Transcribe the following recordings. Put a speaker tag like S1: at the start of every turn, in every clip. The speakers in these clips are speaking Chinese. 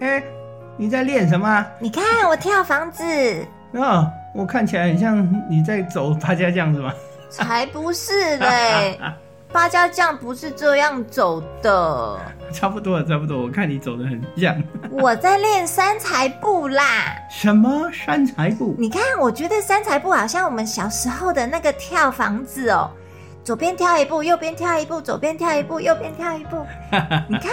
S1: 哎，你在练什么啊？
S2: 你看我跳房子，
S1: 哦，我看起来很像你在走八家将是吗？
S2: 才不是嘞！八家将不是这样走的，
S1: 差不多了，差不多。我看你走的很像。
S2: 我在练三才步啦。
S1: 什么山财步？
S2: 你看，我觉得三才步好像我们小时候的那个跳房子哦，左边跳一步，右边跳一步，左边跳一步，右边跳一步，你看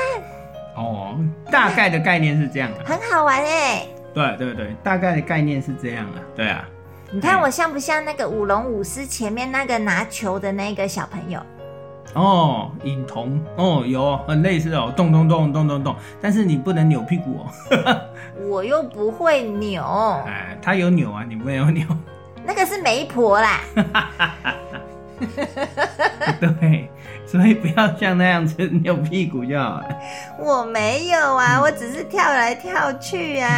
S1: 哦，大概的概念是这样啊。
S2: 很好玩哎。
S1: 对对对，大概的概念是这样啊。对啊，
S2: 你看我像不像那个舞龙舞狮前面那个拿球的那个小朋友？
S1: 哦，影童哦，有很类似哦，动动动动动动，但是你不能扭屁股哦。
S2: 我又不会扭，
S1: 哎，他有扭啊，你没有扭。
S2: 那个是媒婆啦。
S1: 对，所以不要像那样子扭屁股就好了。
S2: 我没有啊，我只是跳来跳去啊。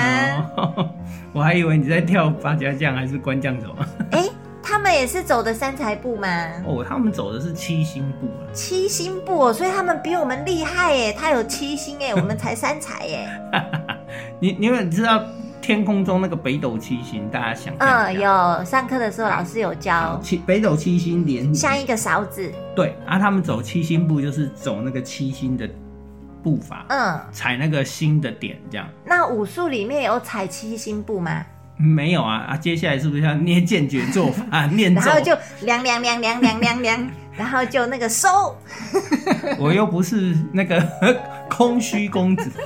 S1: 哦， 我还以为你在跳八家将还是关将走。啊
S2: 哎、他们也是走的三才步吗？
S1: 哦，他们走的是七星步啊。
S2: 七星步、哦，所以他们比我们厉害耶。他有七星 哎，我们才三才耶。
S1: 啊 你你们知道天空中那个北斗七星，大家想象
S2: 嗯，
S1: 一下
S2: 有上课的时候老师有教，
S1: 七北斗七星连
S2: 像一个勺子。
S1: 对，啊，他们走七星步就是走那个七星的步伐，
S2: 嗯，
S1: 踩那个星的点这样。
S2: 那武术里面有踩七星步吗？
S1: 没有啊啊！接下来是不是要捏剑诀做法、 啊、念
S2: 然
S1: 咒？
S2: 后就凉凉凉凉凉凉 凉，然后就那个收。
S1: 我又不是那个 空虚公子。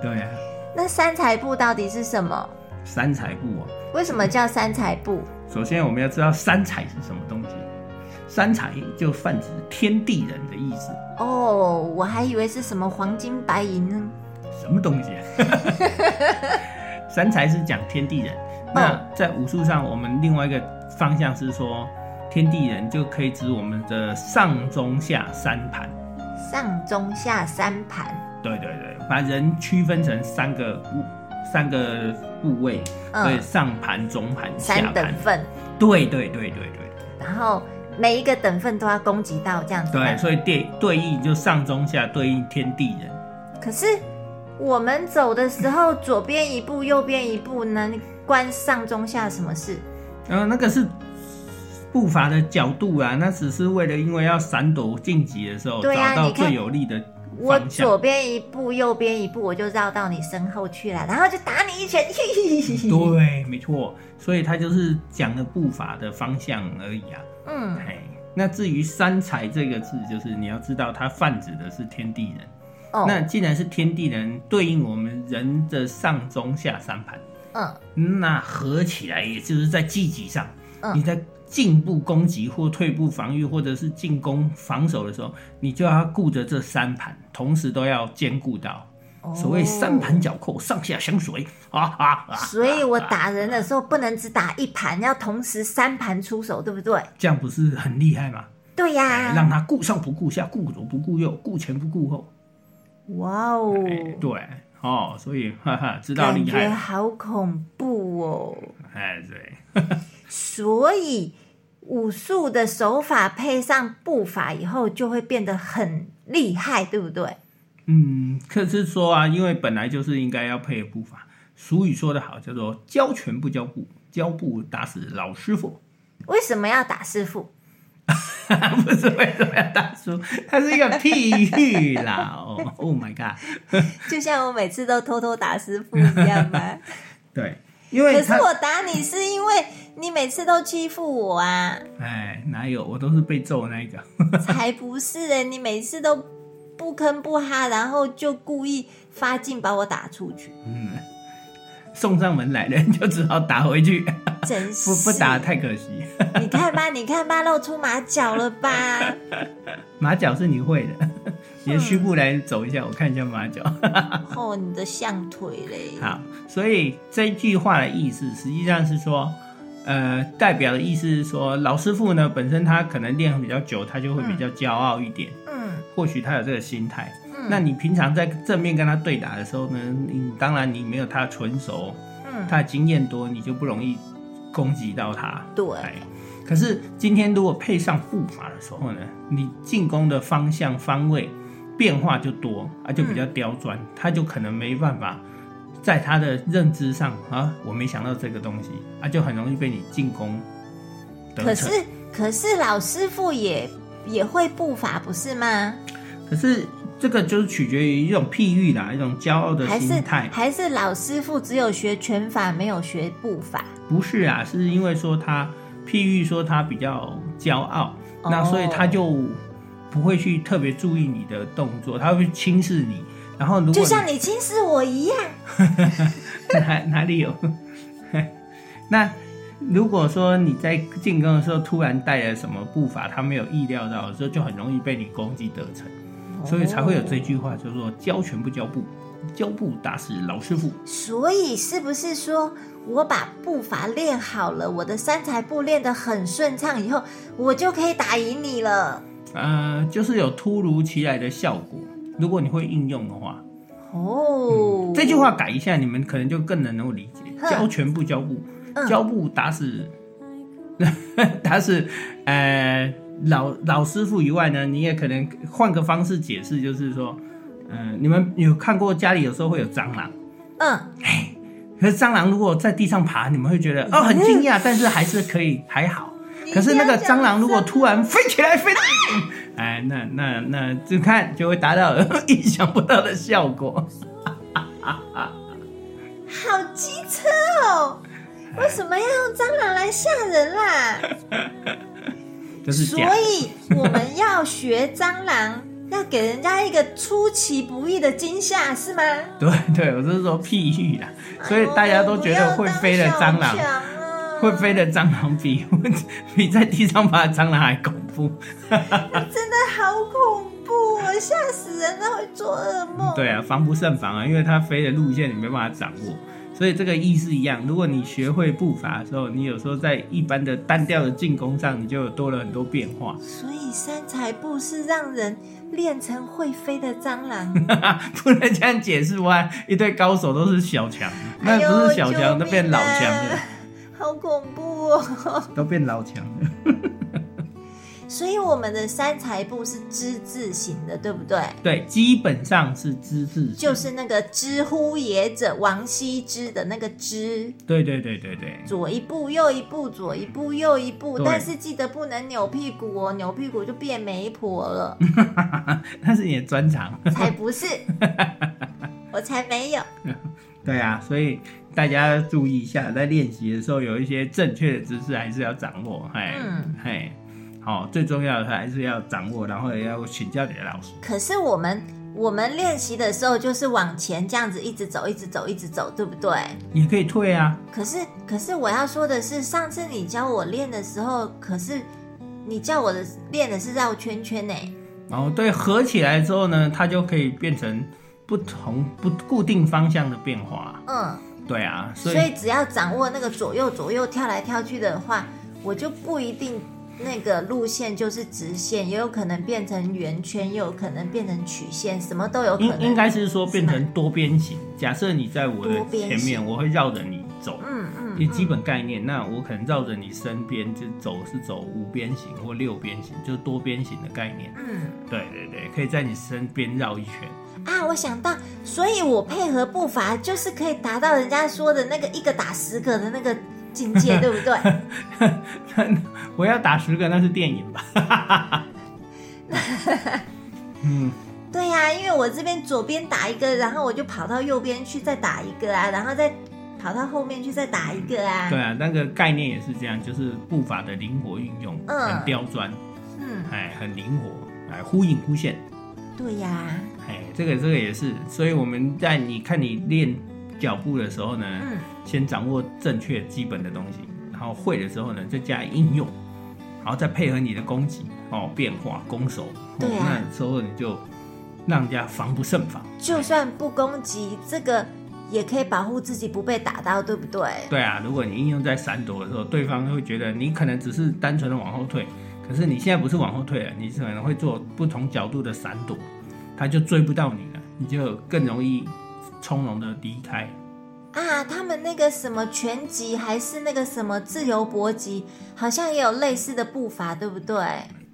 S1: 对啊，
S2: 那三才步到底是什么？
S1: 三才步啊。
S2: 为什么叫三才步？
S1: 首先，我们要知道三才是什么东西。三才就泛指天地人的意思，
S2: 哦，我还以为是什么黄金白银呢。
S1: 什么东西啊？ 三才是讲天地人。那在武术上，我们另外一个方向是说，天地人就可以指我们的上中下三盘。
S2: 上中下三盘，
S1: 对对对，把人区分成三个部三个部位，所以
S2: 嗯，
S1: 上盘、中盘、下
S2: 三
S1: 盘
S2: 等。份，
S1: 对对对对对
S2: 然后每一个等份都要攻击到这样子。
S1: 对，。所以对对应就上中下对应天地人。
S2: 可是我们走的时候，左边一步，右边一步，能关上中下什么事？
S1: 然后呃那个是步伐的角度啊，那只是为了因为要闪躲晋级的时候、
S2: 对啊
S1: 找到
S2: 你看
S1: 最有利的
S2: 我
S1: 方向
S2: 左。边一步，右边一步，我就绕到你身后去了，然后就打你一拳。嘿嘿嘿嘿嘿
S1: 对，没错，所以他就是讲的步伐的方向而已啊。
S2: 嗯，
S1: 哎，那至于“三才”这个字，就是你要知道它泛指的是天地人。那
S2: 哦，
S1: 既然是天地人，对应我们人的上中下三盘，
S2: 嗯，
S1: 那合起来也就是在积极上，
S2: 嗯
S1: 你在进步攻击或退步防御，或者是进攻防守的时候，你就要顾着这三盘，同时都要兼顾到。
S2: 哦
S1: 所谓三盘。绞扣，上下相随啊啊啊！
S2: 哦所以我打人的时候不能只打一盘，要同时三盘出手，对不对？
S1: 这样不是很厉害吗？
S2: 对呀、
S1: 哎让他顾上不顾下，顾左不顾右，顾前不顾后。
S2: 哇哦，
S1: 哎，对哦，所以哈哈，知道
S2: 感
S1: 厉
S2: 觉
S1: 害。
S2: 好恐怖哦！
S1: 哎，对，
S2: 所以武术的手法配上步法以后，就会变得很厉害，对不对？
S1: 嗯，可是说啊，因为本来就是应该要配合步伐。俗语说得好，叫做“教拳不教步，教步打死老师傅
S2: 为什么要打师傅？”，
S1: 不是为什么要打输？它是一个譬喻啦。哦，Oh my god！
S2: 就像我每次都偷偷打师傅一样吗？
S1: 对，因为
S2: 可是
S1: 它
S2: 我打你是因为你每次都欺负我啊！
S1: 哎，哪有？我都是被揍的那一个。
S2: 才不是哎、你每次都不吭不哈，然后就故意发劲把我打出去，
S1: 嗯，送上门来了就只好打回去，
S2: 真是
S1: 不不打太可惜。
S2: 你看吧，你看吧，露出马脚了吧？
S1: 马脚是你会的， 你
S2: 嗯
S1: 的虚步来走一下，我看一下马脚。
S2: 哦，你的象腿嘞，
S1: 好，所以这句话的意思实际上是说，呃，代表的意思是说，老师傅呢本身他可能练比较久，他就会比较骄傲一点，
S3: Mm.
S2: 嗯
S1: 或许他有这个心态。
S2: 嗯，
S1: 那你平常在正面跟他对打的时候呢，你当然你没有他纯熟，
S2: 嗯，
S1: 他的经验多，你就不容易攻击到他。哎
S2: 对，，
S1: 可是今天如果配上步伐的时候呢，你进攻的方向、方位变化就多啊，就比较刁
S2: 嗯
S1: 钻，他就可能没办法在他的认知上啊，我没想到这个东西啊，就很容易被你进攻得逞。
S2: 可是可是老师傅也也会步伐不是吗？
S1: 可是这个就是取决于一种譬喻啦，一种骄傲的
S2: 还是
S1: 心态。
S2: 还是老师傅只有学拳法，没有学步法？
S1: 不是啊，是因为说他譬喻说他比较骄傲，
S2: 哦
S1: 那所以他就不会去特别注意你的动作，他会去轻视你。然后如果
S2: 就
S1: 你
S2: 像你轻视我一样，
S1: 哪哪里有？ 那如果说你在进攻的时候突然带了什么步伐，他没有意料到的时候，就很容易被你攻击得逞，所以才会有这句话，就是说教拳不教步，教步打死老师傅。
S2: 所以是不是说我把步伐练好了，我的三才步练得很顺畅，以后我就可以打赢你了？
S1: 呃，就是有突如其来的效果。如果你会应用的话，
S2: 哦，
S1: 这句话改一下，你们可能就更能够理解。
S2: 哼
S1: 教拳不教步，
S2: 嗯
S1: 教步打死， 打死，呃，老老师傅以外呢，你也可能换个方式解释，就是说，嗯、你们有看过家里有时候会有蟑螂，
S2: 嗯，
S1: 可是蟑螂如果在地上爬，你们会觉得哦很惊讶，但是还是可以还好。可是那个蟑螂如果突然飞起来飞到，哎，那那那就看就会达到意想不到的效果。
S2: 好机车哦，为什么要用蟑螂来吓人啦？
S1: 就是
S2: 所
S1: 这样。
S2: 以我们要学蟑螂，要给人家一个出其不意的惊吓，是吗？
S1: 对对，我是说譬喻啦，所以大家都觉得会飞的蟑螂
S2: 哎呦不要当小强，啊
S1: 会飞的蟑螂比 比在地上爬的蟑螂还恐怖。
S2: 真的好恐怖，我吓死人了，会做噩梦。
S1: 对啊，防不胜防啊，因为它飞的路线你没办法掌握，所以这个意思一样。如果你学会步伐的时候，你有时候在一般的单调的进攻上，你就有多了很多变化。
S2: 所以三才步是让人练成会飞的蟑螂。
S1: 不能这样解释，哇，一堆高手都是小强， 那
S2: 哎呦
S1: 不是小强，
S2: 救
S1: 都变老强
S2: 命
S1: 了
S2: 啊， 好恐怖哦！
S1: 都变老强了。
S2: 所以我们的三才步是之字形的，对不对？
S1: 对，基本上是资质，
S2: 就是那个知乎也者王羲之的那个知，
S1: 对对对对对。
S2: 左一步右一步，左一步右一步，
S1: 对
S2: 但是记得不能扭屁股哦，扭屁股就变媒婆了，
S1: 那是你的专长。
S2: 才不是，我才没有。
S1: 对啊，所以大家注意一下，在练习的时候有一些正确的知识还是要掌握，嘿，
S2: 嗯
S1: 嘿，好、最重要的还是要掌握，然后也要请教你的老师。
S2: 可是我们我们练习的时候就是往前这样子一直走，一直走，一直走，对不对？
S1: 也可以退啊，
S2: 可是可是我要说的是，上次你教我练的时候，可是你叫我的练的是绕圈圈呢、
S1: 然后对合起来之后呢，它就可以变成不同不固定方向的变化。
S2: 嗯，
S1: 对啊，所
S2: 所
S1: 以
S2: 以只要掌握那个左右左右跳来跳去的话，我就不一定那个路线就是直线，也有可能变成圆圈，也有可能变成曲线，什么都有可
S1: 应
S2: 能。
S1: 应该是说变成多边形。假设你在我
S2: 多
S1: 的
S2: 边
S1: 前面，
S2: 形
S1: 我会绕着你走，
S2: 嗯嗯
S1: 一基本概念。那我可能绕着你身边就走是走五边形或六边形，就是多边形的概念。
S2: 嗯
S1: 对对对，可以在你身边绕一圈。
S2: 啊，我想到，所以我配合步伐就是可以达到人家说的那个一个打十个的那个境 界，对不对？
S1: 我要打十个，那是电影吧？ 嗯，
S2: 对呀、因为我这边左边打一个，然后我就跑到右边去再打一个啊，然后再跑到后面去再打一个啊。
S1: 对啊，那个概念也是这样，就是步伐的灵活运用，
S2: 嗯
S1: 很刁钻，
S2: 嗯，
S1: 哎，很灵活，哎，忽隐忽现，
S2: 对呀、
S1: 哎，这个这个也是，所以我们在你看你练脚步的时候呢，
S2: 嗯，
S1: 先掌握正确基本的东西，然后会的时候呢，再加以应用，然后再配合你的攻击哦，变化攻守，
S2: 对啊
S1: 哦，那时候你就让人家防不胜防。
S2: 就算不攻击，这个也可以保护自己不被打到，对不对？
S1: 对啊，如果你应用在闪躲的时候，对方会觉得你可能只是单纯的往后退，可是你现在不是往后退了，你可能会做不同角度的闪躲，他就追不到你了，你就更容易从容的离开。
S2: 啊，他们那个什么拳击还是那个什么自由搏击，好像也有类似的步伐，对不对？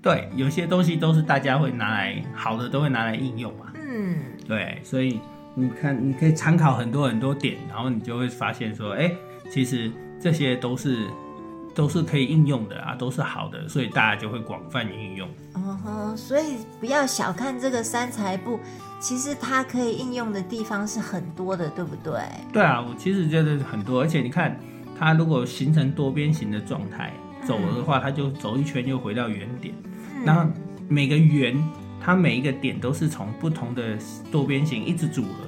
S1: 对，有些东西都是大家会拿来好的，都会拿来应用嘛。
S2: 嗯，
S1: 对，所以你看，你可以参考很多很多点，然后你就会发现说，哎，其实这些都是都是可以应用的啊，都是好的，所以大家就会广泛应用。
S2: 哦吼，所以不要小看这个三才步，其实它可以应用的地方是很多的，对不对？
S1: 对啊，我其实觉得很多，而且你看，它如果形成多边形的状态走的话，它就走一圈又回到原点，然后每个圆，它每一个点都是从不同的多边形一直组合，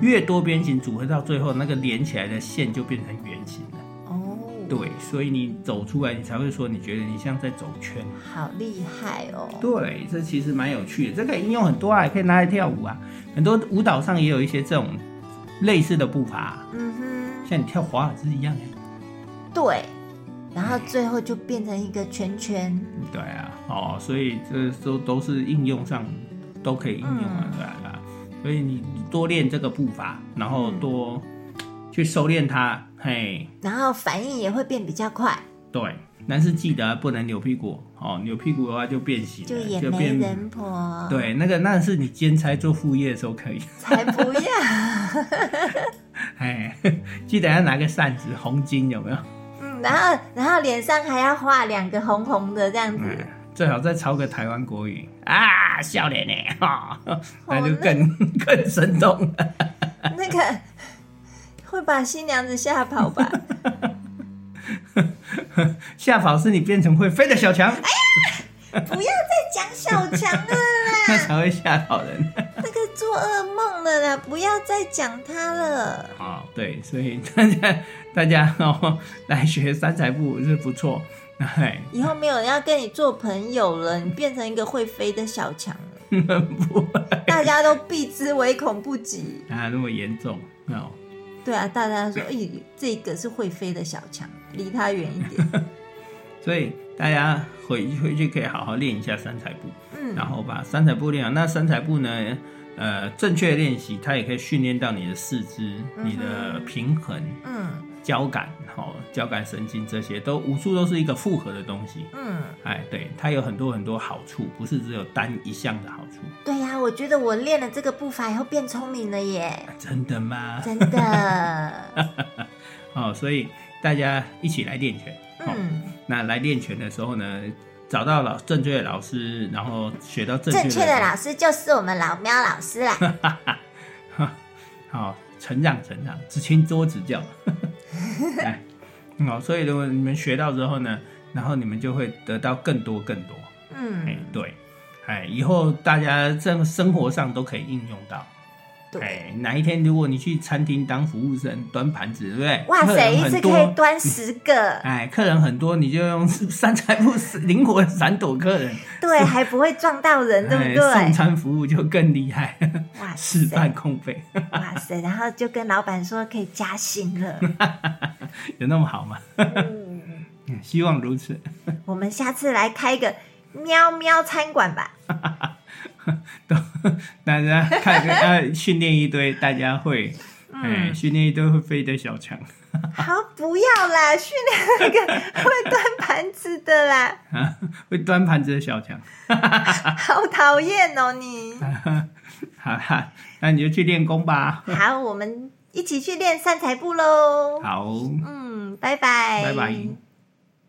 S1: 越多边形组合到最后，那个连起来的线就变成圆形了。
S2: 哦，
S1: 对，所以你走出来，你才会说你觉得你像在走圈。
S2: 好厉害哦！
S1: 对，这其实蛮有趣的，这个应用很多啊，也可以拿来跳舞啊，很多舞蹈上也有一些这种类似的步伐啊，
S2: 嗯
S1: 像你跳华尔兹一样欸
S2: 哼，对，然后最后就变成一个圈圈，
S1: 对啊，哦，所以这都都是应用上都可以应用啊，
S2: 嗯
S1: 对啊，对啊所以你多练这个步伐，然后多
S2: 嗯
S1: 去收敛它，嘿，
S2: 然后反应也会变比较快，
S1: 对，但是记得不能扭屁股哦，扭屁股的话就变形
S2: 就
S1: 了，
S2: 也
S1: 就
S2: 没
S1: 变
S2: 人婆，，
S1: 对，那个那是你兼差做副业的时候可以，
S2: 才不要。
S1: 哎，记得要拿个扇子，红巾有没有？
S2: 嗯，然后然后脸上还要画两个红红的这样子，
S1: 哎最好再抄个台湾国语啊，笑脸呢，哈、那就
S2: 哦那
S1: 更 更生动了。嗯
S2: 那个会把新娘子吓跑吧？
S1: 吓跑是你变成会飞的小强，
S2: 不要再讲小强了啦，
S1: 那才会吓跑人。
S2: 那个做噩梦了啦，不要再讲他了。
S1: 啊、对，所以大家大家哦来学三才步是不错。哎，
S2: 以后没有人要跟你做朋友了，你变成一个会飞的小强了，
S1: 不
S2: 大家都避之唯恐不及。
S1: 啊那么严重哦。
S2: 对啊，大家说，哎、这个是会飞的小强，离他远一点。
S1: 所以大家回回去可以好好练一下三才步，
S2: 嗯
S1: 然后把三才步练好。那三才步呢，呃，正确练习，它也可以训练到你的四肢、你的平衡、
S2: 嗯
S1: 交感、好、交感神经这些，都武术都是一个复合的东西。
S2: 嗯，
S1: 哎，对，它有很多很多好处，不是只有单一项的好处。
S2: 对呀、我觉得我练了这个步伐以后变聪明了耶，
S1: 真的吗？
S2: 真的。
S1: 哦，所以大家一起来练拳。哦，
S2: 嗯，
S1: 那来练拳的时候呢，找到老正确的老师，然后学到正确
S2: 正
S1: 的
S2: 确 的老师就是我们老喵老师啦。
S1: 好、成长成长，只请多指教。 哎，哦，所以如果你们学到之后呢，然后你们就会得到更多更多。 哎
S2: 嗯，，
S1: 对，哎，以后大家在生活上都可以应用到。
S2: 对。
S1: 哎，哪一天如果你去餐厅当服务生，端盘子，对不对？
S2: 哇
S1: 客
S2: 塞，
S1: 人
S2: 一次
S1: 很
S2: 可以
S1: 多。
S2: 端十个，
S1: 哎，客人很多，你就用 三财步灵活地闪躲客人，
S2: 对，还不会撞到人，对不
S1: 哎送
S2: 对？
S1: 餐服务就更厉害，
S2: 哇
S1: 事
S2: 塞，
S1: 半功倍，
S2: 哇塞，然后就跟老板说可以加 薪了。
S1: 有那么好吗？
S2: 嗯
S1: 嗯希望如此。
S2: 我们下次来开一个喵喵餐 馆吧。
S1: 都大家看要训练一堆，大家会，
S2: 嗯
S1: 哎、训练一堆会飞的小强，
S2: 好，不要啦，训练那个会端盘子的啦，
S1: 会端盘子的小强，
S2: 好讨厌哦你。
S1: 哈哈，那你就去练功吧。
S2: 好，我们一起去练散财步喽。
S1: 好，
S2: 嗯，拜拜，
S1: 拜拜。